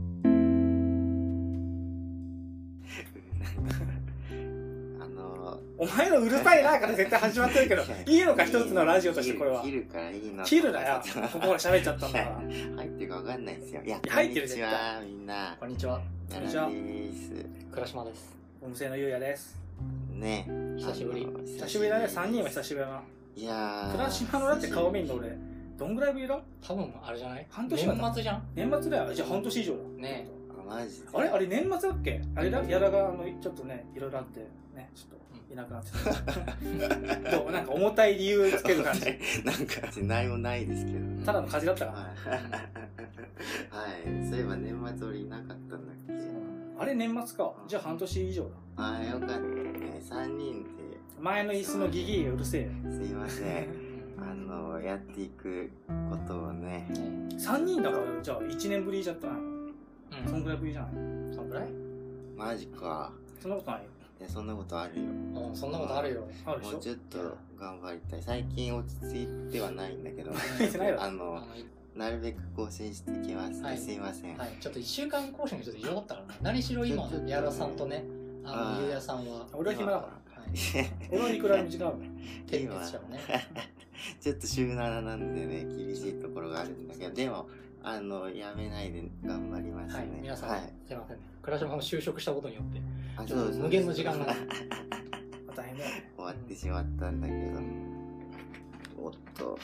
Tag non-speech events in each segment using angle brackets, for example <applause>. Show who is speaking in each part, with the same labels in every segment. Speaker 1: <laughs>
Speaker 2: お前のうるさいなから絶対始まってるけど、いいのか一つのラジオとしてこれは。
Speaker 1: 切る切るからいいの。
Speaker 2: 切
Speaker 1: <laughs>
Speaker 2: るなよ。ここまで喋っちゃったんだから。
Speaker 1: 入ってるかわかんないですよ。いや、
Speaker 2: 入って
Speaker 1: こん
Speaker 2: る
Speaker 1: にち
Speaker 2: 絶
Speaker 1: は、みんな。
Speaker 3: こんにちは、
Speaker 2: こんにちは
Speaker 1: ナナです。
Speaker 3: 倉島です。
Speaker 2: お店のゆうやです。
Speaker 1: ね
Speaker 3: 久しぶり
Speaker 1: あの
Speaker 2: 久しぶりだね、3人は久しぶりだな。
Speaker 1: いやー。
Speaker 2: 倉島のだって顔見んの俺、どんぐらいぶりだ
Speaker 3: 多分あれじゃない
Speaker 2: 半年は経つ
Speaker 3: 年末じゃん
Speaker 2: 年末だよ。じゃあ半年以上だ。
Speaker 3: ね
Speaker 1: あ、マジで。
Speaker 2: あれあれ年末だっけあれだやらが、あの、ちょっとね、いろいろあって、ね、ちょっと、いなくなってた。 <laughs> どうなんか重たい理由つける感じ。
Speaker 1: <laughs> なんか、内容ないですけど。
Speaker 2: ただの風邪だったから。
Speaker 1: はい。はい。そういえば年末俺いなかったんだっけ
Speaker 2: あれ年末か。じゃあ半年以上だ。
Speaker 1: あー、よかったね。3人
Speaker 2: 前の椅子のギギーがうるせえよ。
Speaker 1: で、すいません。
Speaker 3: え。
Speaker 1: あの、やっていくことをね。
Speaker 3: ね
Speaker 2: 3人だから、じゃあ1年ぶりじゃったな。
Speaker 3: うん。
Speaker 2: そ
Speaker 3: そ
Speaker 2: ん
Speaker 3: ん
Speaker 2: ぐらいぶりじゃない
Speaker 3: そんぐらい
Speaker 1: マジか。
Speaker 2: そんなことないよ。
Speaker 1: いや、そんなことあるよ。
Speaker 3: うん、そんなことあるよ。
Speaker 2: あるで
Speaker 1: も
Speaker 2: しょ
Speaker 1: うちょっと頑張りたい。最近落ち着いてはないんだけど、
Speaker 2: 書いてないよ。
Speaker 1: あ
Speaker 3: あ
Speaker 1: の、
Speaker 3: のい
Speaker 1: なるべく更新していきます、
Speaker 3: はい
Speaker 1: すいません。
Speaker 3: はい、ちょっと一週間更新がちょっと異常だったからね。何しろ今
Speaker 1: ちょっと、ね
Speaker 3: 矢田さんとね、あ
Speaker 1: あー
Speaker 3: の、ゆうやさんは、
Speaker 2: 俺は暇だから。
Speaker 3: はい、
Speaker 2: 俺は肉らいも違うの。
Speaker 3: テレビしたもんね。
Speaker 1: <laughs> ちょっと週7なんでね、厳しいところがあるんだけど、でも、あの、やめないで頑張ります
Speaker 3: は
Speaker 1: ね。
Speaker 3: い、皆さん、
Speaker 1: はい
Speaker 3: すいませんね。倉島も就職したことによって、
Speaker 1: あ
Speaker 3: ちょっと無限の時間が。
Speaker 1: <laughs> 終
Speaker 2: 大変だよね。
Speaker 1: わってしまったんだけど、おっと。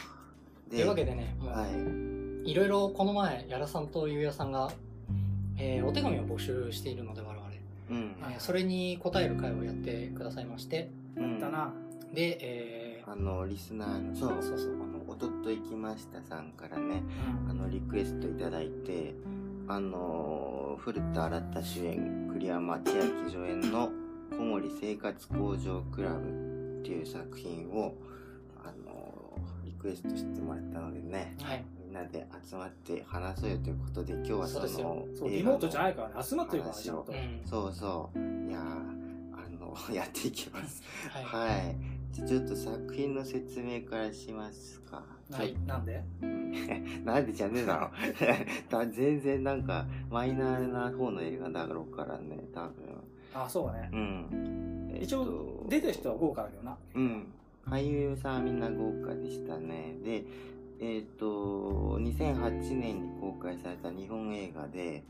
Speaker 3: というわけでね、もう
Speaker 1: はい。
Speaker 3: いろいろこの前、矢田さんとゆうやさんが、えーお手紙を募集しているので、我々。
Speaker 1: うん。
Speaker 3: えーそれに答える会をやってくださいまして、
Speaker 1: うん
Speaker 2: だな。
Speaker 3: で、えー
Speaker 1: あの、リスナーの、そう
Speaker 3: そうそう
Speaker 1: あの、おとっといきましたさんからね、あのリクエストいただいてあのー古田新太主演栗山千明助演の「小森生活向上クラブ」っていう作品をあのーリクエストしてもらったのでね
Speaker 3: はい、
Speaker 1: みんなで集まって話そうよということで今日はその
Speaker 3: そうですよ
Speaker 2: そう、リモートじゃないいからね。集まってるからね、ちゃん
Speaker 3: う
Speaker 2: と。
Speaker 3: ん、
Speaker 1: そうそういやーあの <laughs> やっていきます
Speaker 3: はい、
Speaker 1: はいじゃちょっと作品の説明からしますか
Speaker 3: はい
Speaker 2: なんで
Speaker 1: なんでじゃねえだろ <laughs> だ全然なんかマイナーな方の映画だろうからね多分
Speaker 2: あ、そうだね。
Speaker 1: うん、えっと
Speaker 2: 一応、出てる人は豪華だけどな。
Speaker 1: うん俳優さんはみんな豪華でしたねでえっ、と2008年に公開された日本映画で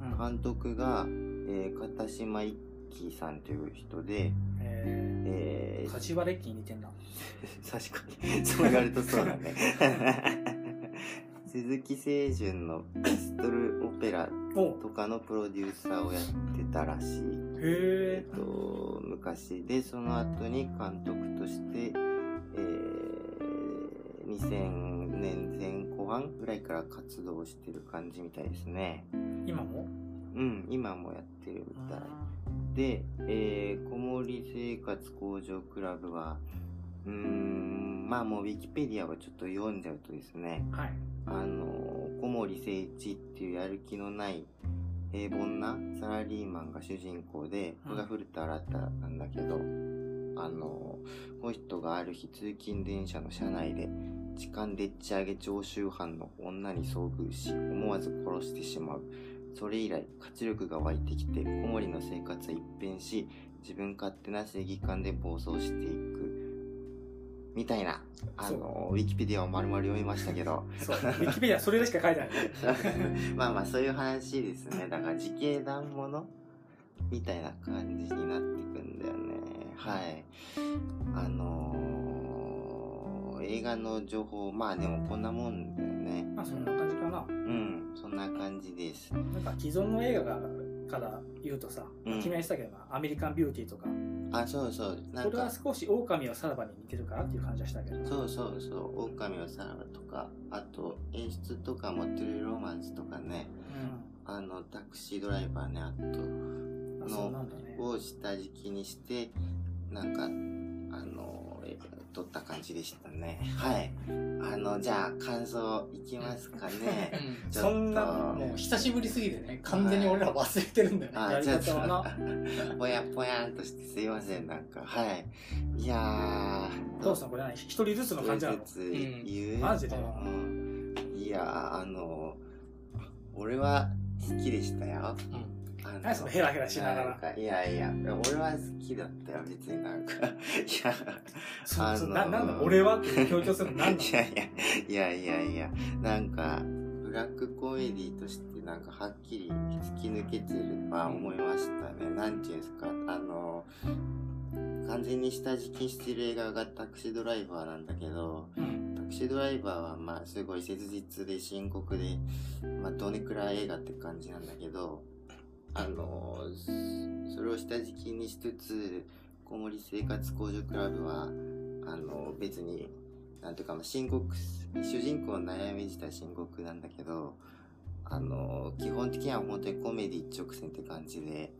Speaker 2: うん。
Speaker 1: 監督が、えー片島一輝さんという人で、え
Speaker 2: えー、
Speaker 1: ー
Speaker 2: カチバレッキーに似てんな。
Speaker 1: 確かにそう言われるとそうだね鈴木清純のピストルオペラ
Speaker 2: お
Speaker 1: とかのプロデューサーをやってたらしい、え
Speaker 2: へ
Speaker 1: っと、昔でその後に監督として、えー2000年前後半ぐらいから活動してる感じみたいですね
Speaker 2: ー。今も
Speaker 1: うん今もやってるみたいで、えー、小森生活向上クラブはうーんまあもうウィキペディアをちょっと読んじゃうとですね
Speaker 2: はい。
Speaker 1: あの小森誠一っていうやる気のない平凡なサラリーマンが主人公で
Speaker 2: うん
Speaker 1: これが古田新太なんだけど、あのこの人がある日通勤電車の車内で痴漢でっち上げ常習犯の女に遭遇し思わず殺してしまうそれ以来活力が湧いてきて小森の生活は一変し自分勝手な正義感で暴走していくみたいなあのウィキペディアを丸々読みましたけど
Speaker 2: そう。ウィキペディアそれでしか書いてない。
Speaker 1: <laughs> まあまあそういう話ですねだから時系団ものみたいな感じになってくんだよねはいあのー映画の情報まあでもこんなもんだよね
Speaker 2: まあ、そんな感じかな。
Speaker 1: うんそんな感じです
Speaker 2: なんか既存の映画がから言うとさ、
Speaker 1: うん
Speaker 2: 決めしたけどな、アメリカンビューティーとか、
Speaker 1: あそうそうな
Speaker 2: こ
Speaker 1: ん
Speaker 2: れは
Speaker 1: か
Speaker 2: 少し狼をさらばに似てるからっていう感じはしたけど。
Speaker 1: そうそうそう狼をさらばとかあと演出とかもトゥルーロマンスとかね
Speaker 2: う
Speaker 1: あのタクシードライバーねあと
Speaker 2: ん。あ、そうなんだね。
Speaker 1: を下敷きにしてなんかあのえ撮った感じでしたねはいあのじゃあ感想いきますか
Speaker 2: <laughs>
Speaker 1: ね
Speaker 3: う
Speaker 1: ちょっと
Speaker 2: そんなん
Speaker 3: もう久しぶりすぎてね、完全に俺ら忘れてるんだよね。
Speaker 1: あ
Speaker 2: やり
Speaker 1: ちょっ
Speaker 2: 方はな
Speaker 1: と <laughs> ぽやぽやんとしてすいませんなんかはいいやー
Speaker 2: どうしたのこれ何一人ずつの感じなの
Speaker 1: 一人ずつ言う、
Speaker 2: マジで
Speaker 1: うんいやーあの俺は好きでしたよ
Speaker 3: うん、
Speaker 1: なん
Speaker 2: 何そのヘラヘラしなが
Speaker 1: ん
Speaker 2: ら
Speaker 1: かいやいや俺は好きだったよ別になんか <laughs> いや
Speaker 2: そ
Speaker 1: あ
Speaker 2: そ
Speaker 1: の
Speaker 2: ななんだ俺はって強調する
Speaker 1: <laughs>
Speaker 2: の何な
Speaker 1: いやいやいやいやいやなんかブラックコメディとしてなんかはっきり突き抜けてるは思いましたね、なんていうんですかあの完全に下敷きしてる映画がタクシードライバーなんだけど
Speaker 2: の、うん、
Speaker 1: タクシードライバーはまあすごい切実で深刻で、まあ、どねくらい映画って感じなんだけどあのそそれを下敷きにしつつ小森生活向上クラブはあの別になんていうかまあ深刻主人公の悩み自体深刻なんだけどあの基本的には本当にコメディ一直線って感じで。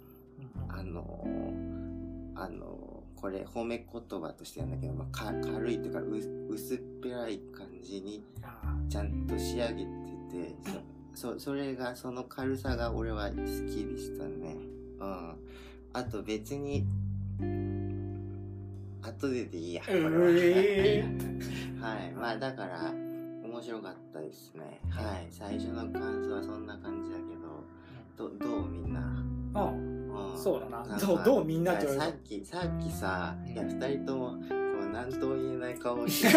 Speaker 1: あのーあのーこれ褒め言葉としてなんだけど、まあ、か軽いというかう薄っぺらい感じに
Speaker 2: あー
Speaker 1: ちゃんと仕上げててそそそれがその軽さが俺は好きでしたねうんあと別に後ででいいやこれは、
Speaker 2: うえ
Speaker 1: はいまあだから面白かったですねはい最初の感想はそんな感じだけどどどうみんな
Speaker 2: うん
Speaker 1: うん
Speaker 2: そうだな
Speaker 1: なんか
Speaker 2: どうどうみんなって言わ
Speaker 1: さ
Speaker 2: れ
Speaker 1: っきさっきさ
Speaker 3: うん
Speaker 1: いや二人ともこう何とも言えない顔をして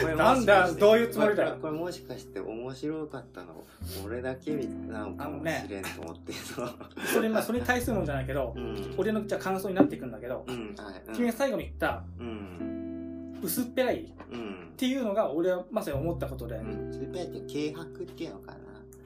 Speaker 1: これ
Speaker 2: <laughs> なんだ
Speaker 1: もしかして
Speaker 2: どういうつもりだよ
Speaker 1: これこれもしかして面白かったの俺だけみたいなのかもしれんと思ってそう、
Speaker 2: <laughs> たそれ,、まあ、それに対するもんじゃないけど
Speaker 1: うん
Speaker 2: 俺のじゃあ感想になっていくんだけど、
Speaker 1: うんはいうん
Speaker 2: 君が最後に言った
Speaker 1: うん
Speaker 2: 薄っぺらいっ
Speaker 1: うん
Speaker 2: ていうのが俺はまさに思ったことで、
Speaker 1: うんそれペって軽薄っていうのかな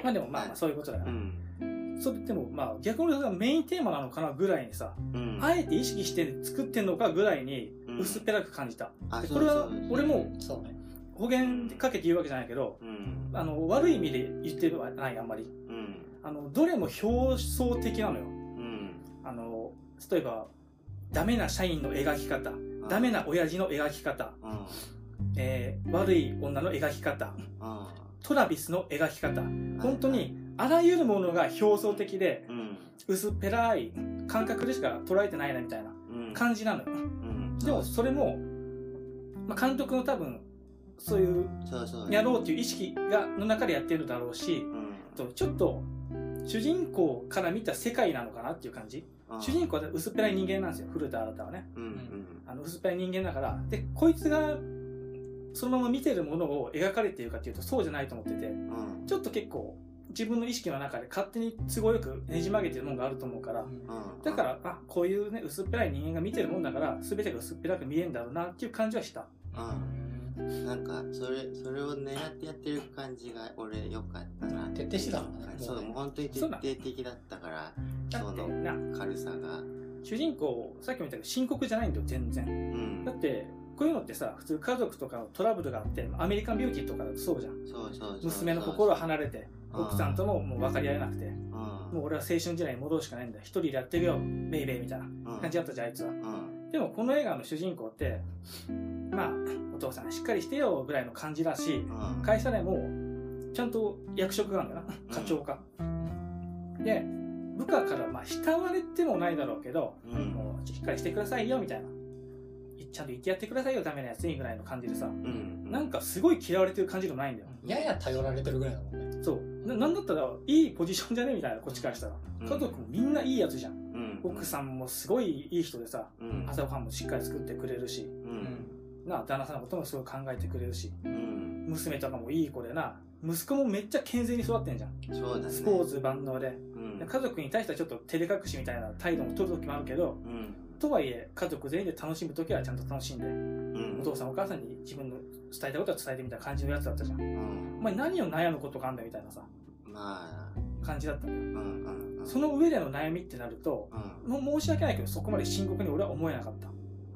Speaker 2: まあでもまあま
Speaker 1: は
Speaker 2: あ
Speaker 1: い
Speaker 2: そういうことだよ
Speaker 1: う
Speaker 2: ね、
Speaker 1: ん
Speaker 2: それでもまあ逆に俺がメインテーマなのかなぐらいにさ、
Speaker 1: うん
Speaker 2: あえて意識して作ってんのかぐらいに
Speaker 1: うん
Speaker 2: 薄っぺらく感じた、
Speaker 1: あ
Speaker 2: で
Speaker 1: そう
Speaker 2: これは
Speaker 1: そう
Speaker 2: 俺も
Speaker 3: そうね。
Speaker 2: 保険かけて言うわけじゃないけど、
Speaker 1: うん
Speaker 2: あの悪い意味で言ってはないあんまり
Speaker 1: うん
Speaker 2: あのどれも表層的なのよ
Speaker 1: うん
Speaker 2: あの例えばダメな社員の描き方ダメな親父の描き方、
Speaker 1: うんうん
Speaker 2: えー悪い女の描き方トラビスの描き方本当にあらゆるものが表層的で
Speaker 1: うん
Speaker 2: 薄っぺらい感覚でしか捉えてないなみたいな
Speaker 1: うん
Speaker 2: 感じなのよ
Speaker 1: うん
Speaker 2: でもそれも、まあ、監督の多分そういう
Speaker 1: そうそう
Speaker 2: やろうっていう意識がの中でやってるだろうし
Speaker 1: うん
Speaker 2: とちょっと主人公から見た世界なのかなっていう感じ主人公は薄っぺらい人間なんですよ古田新太はね
Speaker 1: うんうん
Speaker 2: あの薄っぺらい人間だからでこいつがそのまま見てるものを描かれているかっていうとそうじゃないと思ってて
Speaker 1: うん
Speaker 2: ちょっと結構自分の意識の中で勝手に都合よくねじ曲げてるものがあると思うから
Speaker 1: うん
Speaker 2: だからあこういうね薄っぺらい人間が見てるもんだから全てが薄っぺらく見えるんだろうなっていう感じはした
Speaker 3: うん
Speaker 1: なんかそれそれを狙ってやってる感じが俺良かったな
Speaker 3: 徹底してたのね
Speaker 1: そうもう本当に徹
Speaker 2: そう
Speaker 1: 底
Speaker 2: だ
Speaker 1: 的だったから
Speaker 2: だ
Speaker 1: そ
Speaker 2: って
Speaker 1: の
Speaker 2: な
Speaker 1: 軽さがう
Speaker 2: 主人公さっきも言ったけど深刻じゃないんだよ全然
Speaker 1: ん
Speaker 2: だってこういうのってさ普通家族とかのトラブルがあってアメリカンビューティーとかだとそうじゃん
Speaker 1: そうそうそう
Speaker 2: 娘の心を
Speaker 1: れ
Speaker 2: 離れて奥さんとももう分かり合えなくてもう俺は青春時代に戻るしかないんだ一人でやってるよベイベイみたいな感じだったじゃんあいつは
Speaker 1: うん
Speaker 2: でもこの映画の主人公ってまあお父さんしっかりしてよぐらいの感じだし
Speaker 1: うん
Speaker 2: 会社でもちゃんと役職があるんだな課長か、で部下からまあ慕われてもないだろうけど
Speaker 1: うん
Speaker 2: もうしっかりしてくださいよみたいなちゃんと言ってやってくださいよダメなやつにぐらいの感じでさ
Speaker 1: うん
Speaker 2: なんかすごい嫌われてる感じでもないんだよ
Speaker 3: やや頼られてるぐらいだもんね。
Speaker 2: そうななんだったらいいポジションじゃねみたいなこっちからしたら
Speaker 1: うん
Speaker 2: 家族もみんないいやつじゃん
Speaker 1: うん
Speaker 2: 奥さんもすごいいい人でさ
Speaker 1: うん
Speaker 2: 朝ごはんもしっかり作ってくれるし
Speaker 1: うん
Speaker 2: なあ旦那さんのこともすごい考えてくれるし
Speaker 1: うん
Speaker 2: 娘とかもいい子でな息子もめっちゃ健全に育ってんじゃん
Speaker 1: そうだね
Speaker 2: スポーツ万能で
Speaker 1: うん
Speaker 2: 家族に対してはちょっと照れ隠しみたいな態度も取る時もあるけど
Speaker 1: うん
Speaker 2: とはいえ家族全員で楽しむ時はちゃんと楽しんで
Speaker 1: うん
Speaker 2: お父さんお母さんに自分の伝えたことは伝えてみたいな感じのやつだったじゃん
Speaker 1: うん
Speaker 2: お前何を悩むことがあんだよみたいなさ
Speaker 1: まあ
Speaker 2: 感じだったんだよ
Speaker 1: うんうんうん
Speaker 2: その上での悩みってなると
Speaker 1: うん
Speaker 2: もう申し訳ないけどそこまで深刻に俺は思えなかった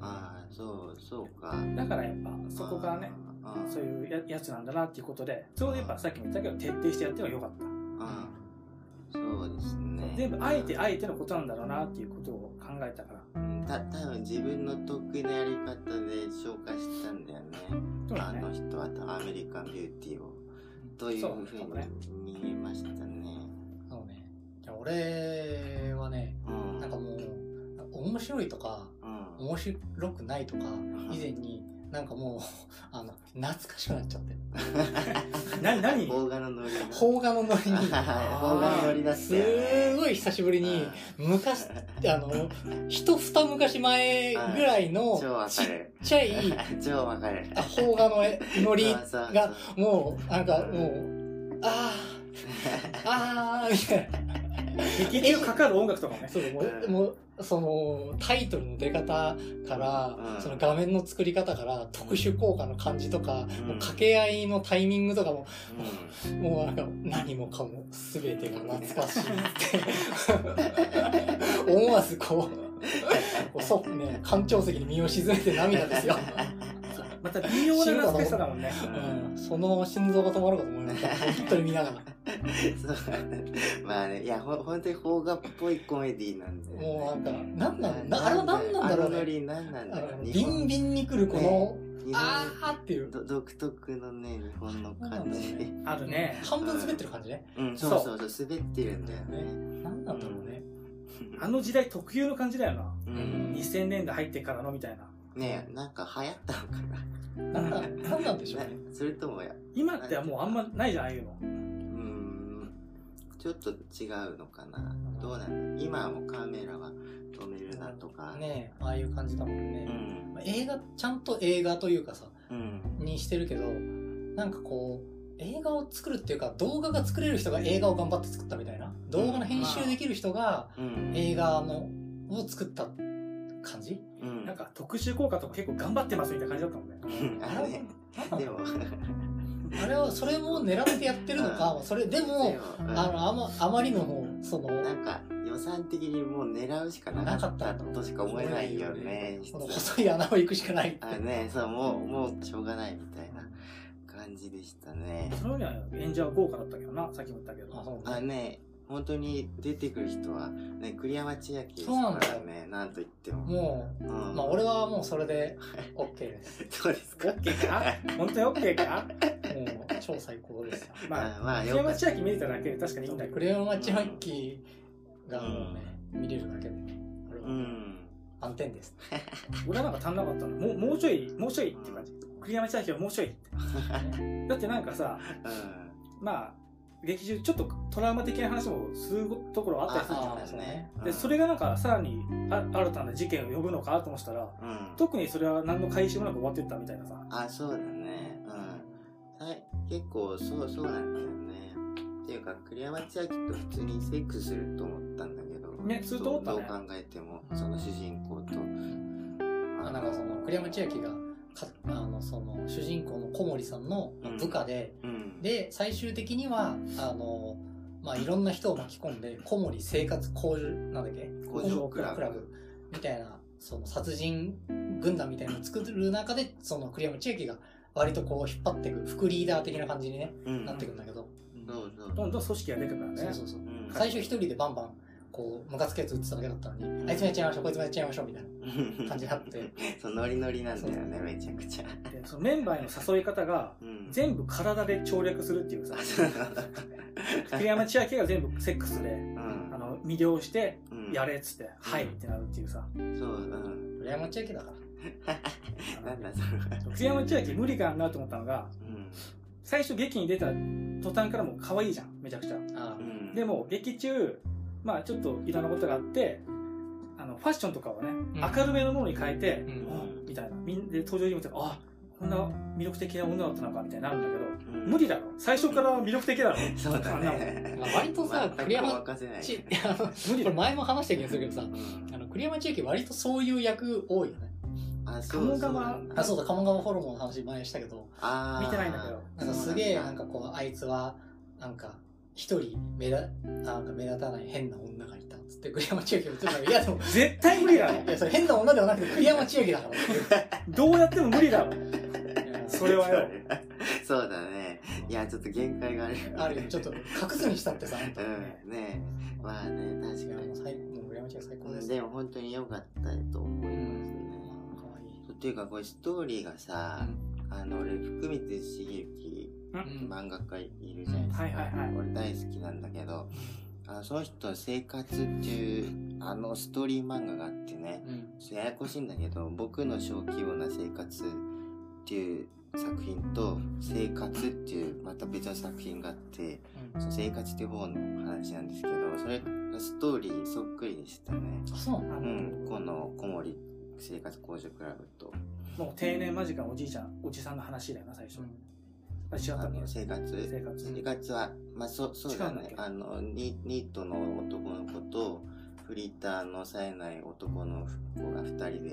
Speaker 1: ああそうそうか
Speaker 2: だからやっぱそこがね
Speaker 1: あー
Speaker 2: そういうややつなんだなっていうことでそれでやっぱさっきも言ったけど徹底してやってはよかった
Speaker 1: あーそうですね
Speaker 2: 全部あえてあえてのことなんだろうなっていうことを考えたから
Speaker 1: うんた多分自分の得意なやり方で紹介したんだよね
Speaker 2: そうだ
Speaker 1: あ
Speaker 2: ね
Speaker 1: の人はアメリカンビューティーをという
Speaker 2: そう
Speaker 1: ふ
Speaker 2: そうね
Speaker 1: うに見えましたね
Speaker 3: そうね。いや俺はね、
Speaker 1: うん
Speaker 3: なんかもう、面白いとか、
Speaker 1: うん
Speaker 3: 面白くないとか、以前に、なんかもう、 <laughs> あの、懐かしくなっちゃって。
Speaker 2: 何何
Speaker 1: 邦画のノリな
Speaker 3: 邦画のノ <laughs> リに。
Speaker 1: <laughs> 邦画のノリだって
Speaker 3: すごい久しぶりに、昔、あの、一二昔前ぐらいの
Speaker 1: 超わ
Speaker 3: ち
Speaker 1: か
Speaker 3: っ
Speaker 1: る
Speaker 3: ちゃい
Speaker 1: 超わかる
Speaker 3: あ邦画のノリ
Speaker 1: <laughs> そうそうそう
Speaker 3: が、もう、なんかもう、あー、あー、みたいな。
Speaker 2: 劇中かかる音楽とかもね。
Speaker 3: そう、もう、もうその、タイトルの出方から、
Speaker 1: うん
Speaker 3: その画面の作り方から、特殊効果の感じとか、
Speaker 1: うん
Speaker 3: もう掛け合いのタイミングとかも、
Speaker 1: うん
Speaker 3: もうなんか何もかも全てが懐かしい
Speaker 1: <laughs>
Speaker 3: って思わずこうこうそうね官庁席に身を沈めて涙ですよ、
Speaker 2: また微妙な懐かしさだもんね。
Speaker 3: うん、そのまま心臓が止まるかと思いました本当に見なが
Speaker 1: <laughs>
Speaker 3: ら
Speaker 1: そうまあねいやほ本当に邦画っぽいコメディなんで
Speaker 3: もうなんか何なのなあれは何なんだろう
Speaker 1: あのノ
Speaker 3: ね
Speaker 1: リ何なん
Speaker 3: あ
Speaker 1: だろ
Speaker 3: の
Speaker 1: う
Speaker 3: ビンビンに来るこの、
Speaker 1: 日
Speaker 3: あ
Speaker 1: 本
Speaker 3: ーっていう、
Speaker 1: ど独特のね日本の感じ
Speaker 2: あるね。
Speaker 3: 半分滑ってる感じね
Speaker 1: うんそうそうそう滑ってるんだよね
Speaker 3: 何なんだろうね、
Speaker 2: あの時代特有の感じだよな。
Speaker 1: うん
Speaker 2: 2000年代入ってからのみたいな。
Speaker 1: ねえなんか流行ったのかな
Speaker 3: なんだ何なんでしょうね
Speaker 1: ねそれともや
Speaker 2: 今ってはもうあんまないじゃん、ああいうの。
Speaker 1: うんちょっと違うのかなどうなんだ今はもうカメラは止めるなとか
Speaker 3: ねああいう感じだもんね
Speaker 1: う、ん
Speaker 3: まあ映画ちゃんと映画というかさ
Speaker 1: うん
Speaker 3: にしてるけどなんかこう映画を作るっていうか動画が作れる人が映画を頑張って作ったみたいな動画の編集できる人が
Speaker 1: うん
Speaker 3: 映画のを作った感じ
Speaker 1: うん
Speaker 2: なんか特殊効果とか結構頑張ってますみたいな感じだったもん
Speaker 1: う
Speaker 2: ね。
Speaker 1: んあれねでも
Speaker 3: あれはそれも狙ってやってるのかまあそれでも
Speaker 1: でも
Speaker 3: あ
Speaker 1: うん
Speaker 3: のあまあまりのもうその
Speaker 1: なんか予算的にもう狙うしかなかったとしか思えないよね。
Speaker 3: この細い穴を行くしかない
Speaker 1: あね、そう、もう、もうしょうがないみたいな感じでしたね。
Speaker 2: そのには演者は豪華だったけどな、さっきも言ったけ
Speaker 3: あ
Speaker 2: ど。
Speaker 3: そう
Speaker 1: あ
Speaker 3: ね
Speaker 1: ね、本当に出てくる人は、ね、栗山千明ですか
Speaker 3: そうなんだ
Speaker 1: ら
Speaker 3: よ
Speaker 1: ね、なんと言っても。
Speaker 3: も
Speaker 1: う、
Speaker 3: うんまあ俺はもうそれで OK で
Speaker 1: そうですか。
Speaker 2: OK か本当に
Speaker 1: <laughs>
Speaker 2: OK か
Speaker 3: すもう超最高ですよ
Speaker 2: まあ、
Speaker 1: あまあ、
Speaker 2: 栗
Speaker 1: よか
Speaker 2: 山
Speaker 1: った。
Speaker 2: 千秋見れただけで確かにいいんだけど
Speaker 3: ク。レヨンマッチマッキーがもうね、見れるだけで俺は
Speaker 1: う。
Speaker 3: もうん満点です
Speaker 2: 俺はなんか足んなかったの。もう、もうちょい、もうちょいって感じ。栗山千秋はも
Speaker 1: <laughs>
Speaker 2: うちょいって。だってなんかさ、
Speaker 1: うん。
Speaker 2: まあ、劇中ちょっとトラウマ的な話もするところあったりするじゃ
Speaker 3: あ
Speaker 2: な
Speaker 3: あ
Speaker 2: い
Speaker 3: そうね
Speaker 2: でそれ
Speaker 1: が、
Speaker 2: がなんかさらにあ新たな事件を呼ぶのかと思ってたら
Speaker 1: うん。
Speaker 2: 特にそれは何の回収もなく終わってったみたいなさ
Speaker 1: あ、そうだね。うん。はい、結構、そう、そうなんだよね。っていうか、栗山千明と普通にセックスすると思ったんだけど。
Speaker 2: ねすると思ったね
Speaker 1: どうどう考えても、その主人公と。
Speaker 3: ま
Speaker 1: あ
Speaker 3: あなんかその栗山千明がかあのその主人公の小森さんの
Speaker 1: うん
Speaker 3: 部下で、
Speaker 1: うん。
Speaker 3: で最終的にはあの、まあ、いろんな人を巻き込んで小森生活工場なんだっけ
Speaker 1: 工場クラブ
Speaker 3: みたいなその殺人軍団みたいなのを作る中でその栗山千明が割とこう引っ張っていく副リーダー的な感じに、ね
Speaker 1: うん
Speaker 3: なってくんだけど、
Speaker 1: そうそう。
Speaker 2: どんどん組織が出てくるから
Speaker 3: そう
Speaker 2: ね
Speaker 3: そうそう
Speaker 1: うん
Speaker 3: 最初一人でバンバンこうムカつくやつ打ってただけだったのに、あいつもやっちゃいましょうこいつもやっちゃいましょうみたい
Speaker 1: <laughs>
Speaker 3: な感じになって
Speaker 1: そう、ノリノリなんだよね、めちゃくちゃ。
Speaker 2: でそのメンバーへの誘い方が
Speaker 1: うん
Speaker 2: 全部体で調略するっていうさ
Speaker 1: あそう <laughs> なんだ
Speaker 2: 栗山千明が全部セックス
Speaker 1: <laughs>
Speaker 2: で
Speaker 1: う
Speaker 2: あ
Speaker 1: ん
Speaker 2: の魅了して
Speaker 1: うん
Speaker 2: やれっつって、はいってなるっていうさ
Speaker 1: そう、うん。
Speaker 3: 栗山千明だから
Speaker 1: なんだ、それは。
Speaker 2: 栗山千明無理かなと思ったのが
Speaker 1: うん
Speaker 2: 最初劇に出た途端からもう可愛いじゃんめちゃくちゃ
Speaker 3: ああ
Speaker 1: うん。
Speaker 2: でも劇中まあちょっといろんなことがあってあのファッションとかをね、明るめのものに変えて、
Speaker 3: うん
Speaker 2: あみたいなみんで登場人物があこんな魅力的な女だったのかみたいになるんだけど
Speaker 1: うん、
Speaker 2: 無理だろ最初から魅力的だろ
Speaker 1: そうだ
Speaker 3: ま
Speaker 1: ね。
Speaker 3: あ割とさ
Speaker 1: 全く
Speaker 3: 栗山
Speaker 1: 沸かせない
Speaker 3: ちあのこ
Speaker 2: 無理だ
Speaker 3: れ
Speaker 2: ろ
Speaker 3: 前も話した気がするけどさ
Speaker 1: うん
Speaker 3: あの栗山千明割とそういう役多いよね
Speaker 1: あ、そ
Speaker 2: 鴨
Speaker 1: う
Speaker 2: 川
Speaker 1: なんだ
Speaker 3: あそうだ鴨川ホルモンの話前にしたけど
Speaker 1: あー
Speaker 2: 見てないんだけど
Speaker 3: なんかすげえなん
Speaker 1: か、
Speaker 3: かこうあいつはなんか一人目立なんか目立たない変な女がいたっつって栗山千明を映るのがいやでも
Speaker 2: 絶対無理だろ
Speaker 3: いやそれ変な女ではなくて栗山千明だから
Speaker 2: どうやっても無理だろそれはよ
Speaker 1: そうそうだね。いや、ちょっと限界がある。
Speaker 3: あるよちょっと隠すにしたってさ
Speaker 1: うん、ねえ。まあね、
Speaker 3: い
Speaker 1: 確
Speaker 3: や
Speaker 1: か
Speaker 3: もう
Speaker 1: に。
Speaker 3: 最もう栗山千明最高です
Speaker 1: でも本当に良かったと思いますね。
Speaker 3: 可愛い
Speaker 1: っていうか、これストーリーがさ、あの、俺、福光茂之、
Speaker 3: うん
Speaker 1: 漫画家いるじゃないですか。
Speaker 2: はいはいはい
Speaker 1: 俺大好きなんだけど、あのその人の生活っていう、あのストーリー漫画があってね、
Speaker 3: うん
Speaker 1: ややこしいんだけど僕の小規模な生活っていう作品と生活っていうまた別の作品があって
Speaker 3: うん
Speaker 1: その生活っていう方の話なんですけどそれがストーリーそっくりでしたね
Speaker 3: あそうなんだ
Speaker 1: うんこの小森生活工場クラブと
Speaker 2: もう定年間近のおじいちゃんおじさんの話だよな最初、あ違
Speaker 1: あ
Speaker 2: ったっけ
Speaker 1: の生活
Speaker 2: 生活
Speaker 1: 生活はまあそそうだね
Speaker 2: 違うんだっ
Speaker 1: あのニニートの男の子とフリーターの冴えない男の子が2人で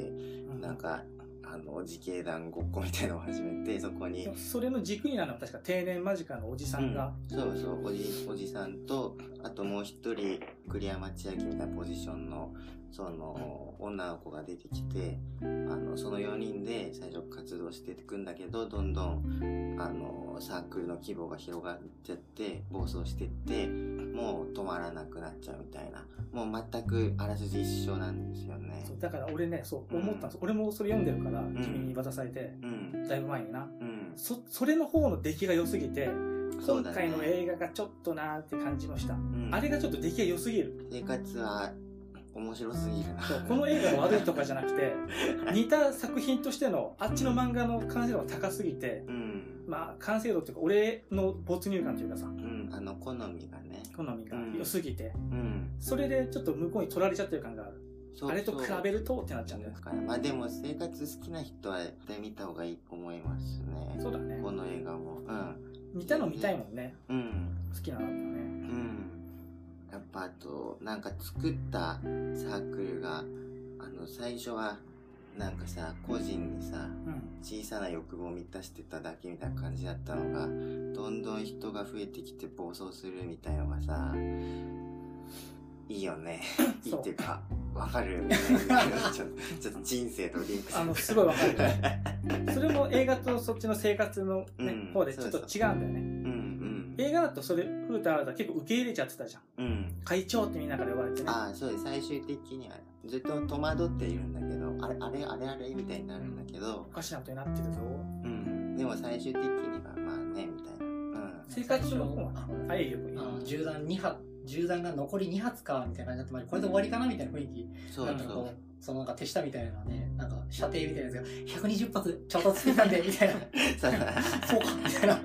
Speaker 2: う
Speaker 1: なんかあの自警団ごっこみたいのを始めてそこに
Speaker 2: でもそれの軸になるのは確か定年間近のおじさんが、
Speaker 1: そうそうおじおじさんとあともう一人栗山千明みたいなポジションのその女の子が出てきてあのその4人で最初活動していくんだけどどんどんあのサークルの規模が広がっちゃって暴走してってもう止まらなくなっちゃうみたいなもう全くあらすじ一緒なんですよね
Speaker 2: そうだから俺ねそう思ったんです、俺もそれ読んでるから、君に渡されて
Speaker 1: うん
Speaker 2: だいぶ前にな
Speaker 1: うん
Speaker 2: そそれの方の出来が良すぎて
Speaker 1: そ
Speaker 2: 今
Speaker 1: うだね
Speaker 2: 回の映画がちょっとなーって感じました、
Speaker 1: うん
Speaker 2: あれがちょっと出来が良すぎる
Speaker 1: 生活は面白すぎるな
Speaker 2: そうこの映画が悪いとかじゃなく
Speaker 1: <laughs>
Speaker 2: て似た作品としてのあっちの漫画の完成度が高すぎて
Speaker 1: うん
Speaker 2: まあ完成度っていうか俺の没入感というかさ
Speaker 1: うんあの好みがね
Speaker 2: 好みが良すぎて、
Speaker 1: うん
Speaker 2: それでちょっと向こうに取られちゃってる感がある
Speaker 1: そう
Speaker 2: あれと比べ
Speaker 1: る
Speaker 2: るとってなっちゃうんだよ、
Speaker 1: からまあでも生活好きな人は絶対見た方がいいと思いますね
Speaker 2: そうだね
Speaker 1: この映画も
Speaker 2: 似たの見たいもんね
Speaker 1: うんうん
Speaker 2: 好きなのあった
Speaker 1: う
Speaker 2: ね
Speaker 1: んやっぱあとなんか作ったサークルがあの最初はなんかさ個人にさ
Speaker 2: うん
Speaker 1: 小さな欲望を満たしてただけみたいな感じだったのがどんどん人が増えてきて暴走するみたいのがさいいよねいい
Speaker 2: <laughs> そう
Speaker 1: っていうかわかる
Speaker 2: <laughs>
Speaker 1: ちょっとちょっと人生とリンクする
Speaker 2: あのすごいわかるよそれも映画とそっちの生活の、ね
Speaker 1: うん
Speaker 2: 方でちょっと違うんだよね
Speaker 1: <laughs> うん
Speaker 2: 映画だとそれ古田新太は結構受け入れちゃってたじゃん
Speaker 1: うんうん
Speaker 2: 会長ってみんなから呼ばれてね
Speaker 1: ああそうです最終的にはずっと戸惑っているんだけどあれあれあれあれみたいになるんだけど
Speaker 2: お、かしなことになってるぞ
Speaker 1: うん、でも最終的にはまあねみたいなうん
Speaker 2: 生活の方は
Speaker 3: あの
Speaker 2: あいいよいいよ
Speaker 3: あの銃弾二発銃弾が残り2発かみたいな感じになってこれで終わりかなみたいな雰囲気
Speaker 1: そう
Speaker 3: なんか
Speaker 1: そ
Speaker 3: こ
Speaker 1: <laughs> う
Speaker 3: うそのなんか手下みたいなねなんか射程みたいなやつが120発調達してたんでみたい
Speaker 1: <laughs>
Speaker 3: な
Speaker 1: そう
Speaker 3: そうか
Speaker 1: <laughs>
Speaker 3: みたいな
Speaker 1: な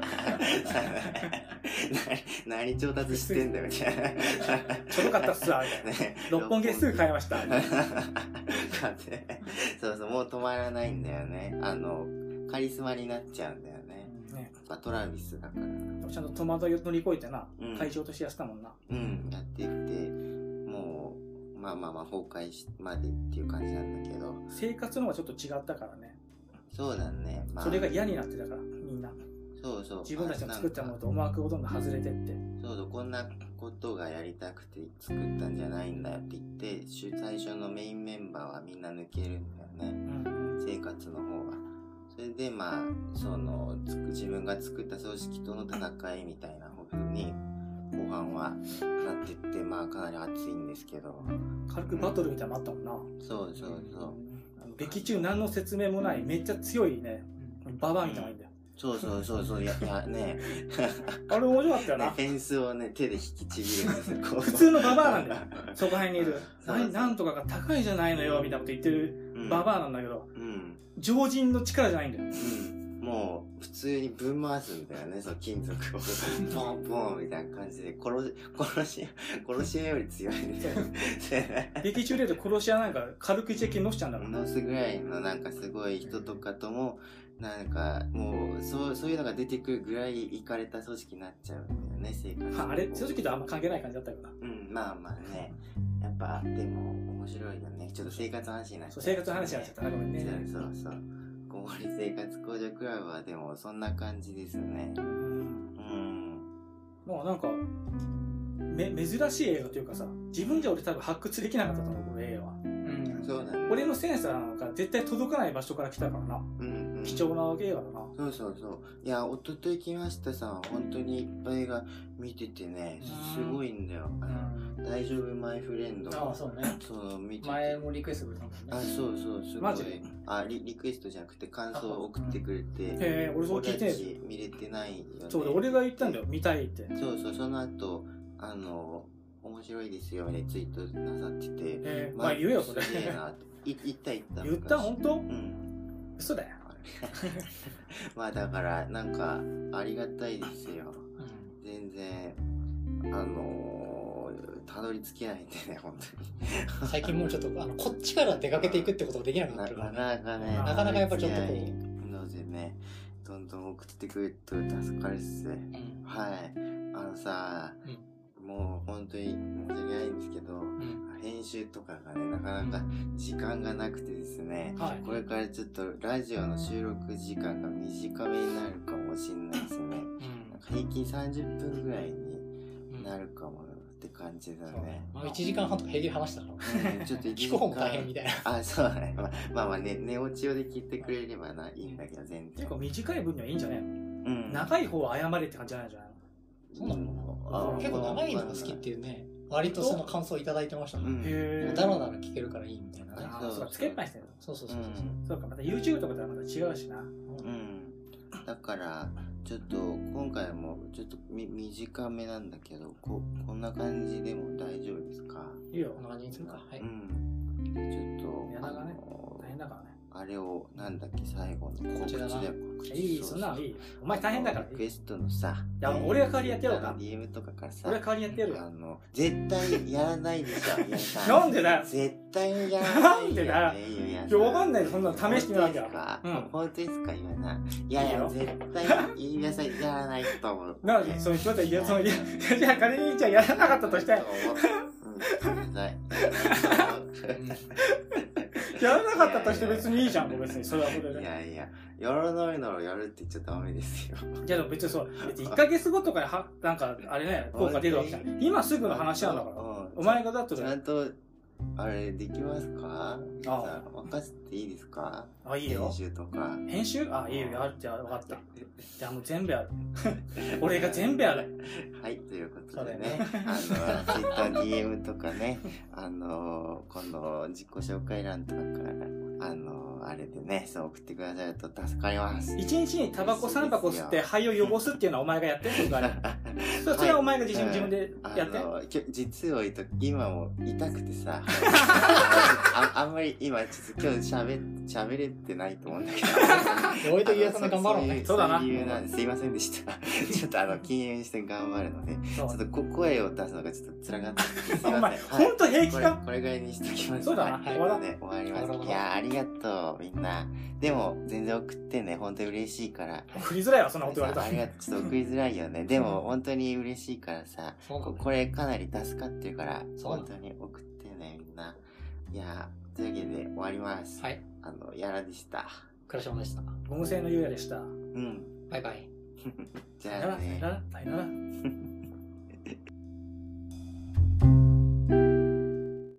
Speaker 1: 何調達してんだよみたいな。
Speaker 2: ちょろかった
Speaker 1: <laughs>
Speaker 2: っすわみたいな
Speaker 1: ね
Speaker 2: 六本木ですぐ買いました
Speaker 1: 買ってそうそう、もう止まらないんだよね。あの、カリスマになっちゃうんだよね。
Speaker 2: ね
Speaker 1: まあ、トラビスだから。
Speaker 2: でもちゃんと戸惑いを乗り越えてな
Speaker 1: うん
Speaker 2: 会長としてやってたもんな
Speaker 1: うん、やってって、もう、まあまあまあ、崩壊しまでっていう感じなんだけど。
Speaker 2: 生活の方がちょっと違ったからね
Speaker 1: そうだね。まあ、
Speaker 2: それが嫌になってたからみんな
Speaker 1: そうそう。
Speaker 2: 自分たちの作ったも
Speaker 1: あ
Speaker 2: のと思惑がどんどん外れてって
Speaker 1: そうそうこんなことがやりたくて作ったんじゃないんだよって言って主最初のメインメンバーはみんな抜けるんだよね
Speaker 2: うん
Speaker 1: 生活の方はそれでまあそのつく自分が作った組織との戦いみたいな風に後半はなってってまあかなり熱いんですけど
Speaker 2: 軽くバトルみたいなのもあったもんな
Speaker 1: そうそうそう
Speaker 2: あの劇中何の説明もないめっちゃ強いねババアみたいなのがいいんだよ
Speaker 1: そうそうそうそういやいやね
Speaker 2: あれ面白かった
Speaker 1: <laughs>
Speaker 2: よ
Speaker 1: ね
Speaker 2: な
Speaker 1: フェンスをね手で引きちぎるんですよこう
Speaker 2: 普通のババアなんだよそこら辺にいる
Speaker 1: そう
Speaker 2: 何なんとかが高いじゃないのよみたいなこと言ってる
Speaker 1: うん
Speaker 2: ババアなんだけど
Speaker 1: うん
Speaker 2: 常人の力じゃないんだよ
Speaker 1: うんもう普通にぶん回すんだよね、その金属を。ボンボンみたいな感じで、殺し、殺し、殺し屋より強いみたいな。 <laughs>
Speaker 2: 劇中で言うと殺し屋なんか軽く一撃乗しちゃうんだから
Speaker 1: ノすぐらいのなんかすごい人とかとも、なんかもう、そう、そういうのが出てくるぐらいいかれた組織になっちゃうんだよね、生活。
Speaker 2: まああれ正直言うとあんま関係ない感じだったけどな
Speaker 1: うん、まあまあね。やっぱ、でも面白いよね。ちょっと生活の話になっちゃ
Speaker 2: そう生活の話になっちゃったなごめんね
Speaker 1: そうそうそう。小森生活工場クラブはでもそんな感じですね。
Speaker 2: うん
Speaker 1: うん。
Speaker 2: もうなんかめ珍しい映画というかさ自分じゃ俺多分発掘できなかったと思うこの映画は
Speaker 3: うん
Speaker 1: そうだね。
Speaker 2: 俺のセンサーなんか絶対届かない場所から来たからな
Speaker 1: うん、うん。
Speaker 2: 貴重な映画だな
Speaker 1: そうそうそう。いや、一昨日来ましたさ、本当にいっぱいが見ててね、すごいんだよ。あの大丈夫マイフレンド
Speaker 3: あ
Speaker 1: も
Speaker 3: あそうね
Speaker 1: そう、見てて。
Speaker 3: 前もリクエストくれたもん
Speaker 1: あ、
Speaker 3: ね
Speaker 1: そうそう、すご
Speaker 2: マジ
Speaker 1: い
Speaker 2: で。
Speaker 1: あリ、リクエストじゃなくて感想を送ってくれて、
Speaker 2: へえ俺そう聞い
Speaker 1: た
Speaker 2: て
Speaker 1: ち見れてないよね。
Speaker 2: そうで俺が言ったんだよ見たいってへ
Speaker 1: そうそう、その後、あの、面白いですよね、ツイートなさってて。
Speaker 2: えまあ言えよそれ
Speaker 1: すげえなって。い言った言った。
Speaker 2: 言った
Speaker 1: 昔
Speaker 2: 本当
Speaker 1: うん。
Speaker 2: 嘘だよ
Speaker 1: あまあだからなんかありがたいですよ
Speaker 3: うん
Speaker 1: 全然あのーたどり着けないんでね本
Speaker 3: 最近もうちょっとあのこっちから出かけていくってことができな
Speaker 1: 当
Speaker 3: く
Speaker 1: に
Speaker 3: なって
Speaker 1: な
Speaker 3: る
Speaker 1: か
Speaker 3: からね
Speaker 1: なかね
Speaker 2: な
Speaker 3: かなかやっぱちょっとこう
Speaker 1: たどり着けないのでねどんどん送ってくれると助かるっす
Speaker 3: うん
Speaker 1: はいあのさ、もう本当に申し訳ないんですけど
Speaker 3: うん
Speaker 1: 編集とかがねなかなか時間がなくてですね、
Speaker 2: はい
Speaker 1: これからちょっとラジオの収録時間が短めになるかもしれないですね。なんか平均30分ぐらいに
Speaker 3: うん
Speaker 1: なるかもって感じだ
Speaker 2: そう
Speaker 1: ね。
Speaker 3: まあ1時間半とか平気で話したから
Speaker 1: うんちょっ
Speaker 3: <laughs>
Speaker 1: と一時
Speaker 3: 聞
Speaker 1: 間
Speaker 3: く方も大変みたいな
Speaker 1: あ、そうだね。まあまあまあね、寝落ちをで聞いてくれればないいんだけど、全然
Speaker 2: 結。構短い分にはいいんじゃない
Speaker 1: うん
Speaker 2: 長い方は謝れって感じじゃないんじゃない
Speaker 3: そうなの
Speaker 1: あ
Speaker 3: 結構長いのが好きっていうね割とその感想いただいてました
Speaker 1: う
Speaker 3: ね
Speaker 1: ん
Speaker 2: へ
Speaker 3: だらだら聞けるからいいみたいなね
Speaker 2: ああ、そうか、つけっぱにしてるの。
Speaker 3: そうそう
Speaker 1: う。
Speaker 3: そうそうそうん
Speaker 2: そうか、また YouTube とかとはまた違うしな。
Speaker 1: うん。だから、ちょっと今回もちょっとみ短めなんだけど、ここんな感じでも大丈夫ですか
Speaker 2: いいよ
Speaker 3: こん、な感じにするかはい
Speaker 1: うん。ちょっと、
Speaker 2: やだがね
Speaker 1: あの
Speaker 2: 大変だからね。
Speaker 1: あれをなんだっけ最後の
Speaker 3: 告知だな
Speaker 1: よ告知
Speaker 2: いい、
Speaker 1: う
Speaker 2: そう
Speaker 1: うん
Speaker 2: なのいい。お前大変だからい
Speaker 1: リ
Speaker 2: い。
Speaker 1: クエ
Speaker 2: い
Speaker 1: ストのさ
Speaker 2: や、もう俺が代わりやってやろうか。
Speaker 1: DM とかからさ
Speaker 2: 俺が代わりにやってやるよ
Speaker 1: あの絶対やらないでし
Speaker 2: <laughs>
Speaker 1: ょ皆さ
Speaker 2: なんでだよ
Speaker 1: 絶対にやらない
Speaker 2: なんでだよ
Speaker 1: いいよや
Speaker 2: いや、わかんないよ、そんなの試してみなきゃ。
Speaker 1: ゃ
Speaker 2: うん
Speaker 1: 本当ですか今ないやい
Speaker 2: いい
Speaker 1: や
Speaker 2: よ
Speaker 1: 絶対に皆さんやらないと思う
Speaker 2: <laughs> なので、その人だいや、その、いや
Speaker 1: や、
Speaker 2: じゃあ仮に、じゃあやらなかったとして、や
Speaker 1: うんごめんなさい
Speaker 2: <laughs> らなかったとして別にいいじゃん、もう別に。それはそれ
Speaker 1: い
Speaker 2: で。
Speaker 1: やいや、やらないならやるって言っちゃダメですよ。
Speaker 2: いや、でも別にそう、別に1ヶ月後とかには、なんか、あれね、効果出るわけじゃん。今すぐの話なんだから。
Speaker 1: うん
Speaker 2: お前がだっ
Speaker 1: ち
Speaker 2: た
Speaker 1: ゃ
Speaker 2: ら、
Speaker 1: んと、あれ、できますか
Speaker 2: あ
Speaker 1: さ任せていいですか
Speaker 2: あ、いいよ
Speaker 1: 練。習とか。
Speaker 2: 編集あ、いいよ、やるって、わかった。じゃあもう全部やる。俺が全部やる。
Speaker 1: はい、ということ
Speaker 3: そう
Speaker 1: で
Speaker 3: だよ
Speaker 1: ね
Speaker 3: ね。
Speaker 1: あの、TwitterDM とかね、あの、今度、自己紹介欄とかから、あの、あれでね、そう送ってくださると助かります。
Speaker 2: 一日にタバコ3箱吸って肺を汚すっていうのはお前がやってるから。
Speaker 1: <laughs>
Speaker 2: そそれはお前が自分自分でやって
Speaker 1: あ。のきょ実を言うと今も痛くて
Speaker 2: <laughs>
Speaker 1: さああんまり今ちょっと今日しゃべれてないと思うんだ
Speaker 2: <laughs>
Speaker 1: けど
Speaker 3: 俺と岩井さんで頑張ろうね
Speaker 2: そうだな
Speaker 1: そういう理由なんですいませんでした
Speaker 2: <laughs>
Speaker 1: ちょっとあの禁煙して頑張るのでち
Speaker 2: そ
Speaker 1: ょっ
Speaker 2: う
Speaker 1: とこ声を出すのがちょっと辛
Speaker 2: <laughs>
Speaker 1: かったんですすい
Speaker 2: お
Speaker 1: ま
Speaker 2: 前、
Speaker 1: せん、はい
Speaker 2: ほんと平気
Speaker 1: こ
Speaker 2: か
Speaker 1: れこれぐらいにしておきます
Speaker 2: そうだな
Speaker 1: はい
Speaker 2: 終
Speaker 1: と
Speaker 2: わ
Speaker 1: いう
Speaker 2: ろ
Speaker 1: ことで終わりま
Speaker 2: う
Speaker 3: 終わろ
Speaker 1: す
Speaker 3: う
Speaker 1: いやーありがとうみんなでも全然送ってね本当に嬉しいから
Speaker 2: 振りづらいわ、そんなこと言われた
Speaker 1: ありがとうちょっと送りづらいよねでも本当に嬉しいからさ
Speaker 3: そうなん
Speaker 1: こ
Speaker 3: だ
Speaker 1: これかなり助かってるから、
Speaker 3: そう
Speaker 1: 本当に送ってね、みんな。いやー、というわけで終わります。
Speaker 3: はい
Speaker 1: あの、やらでした。
Speaker 3: 倉島でした
Speaker 2: ら。ゴム製の優也でした。
Speaker 1: うん。
Speaker 3: バイバイ
Speaker 1: じ
Speaker 2: さ
Speaker 1: ゃあ
Speaker 2: よなら、さよ
Speaker 1: ね
Speaker 2: な。ら、さよなら。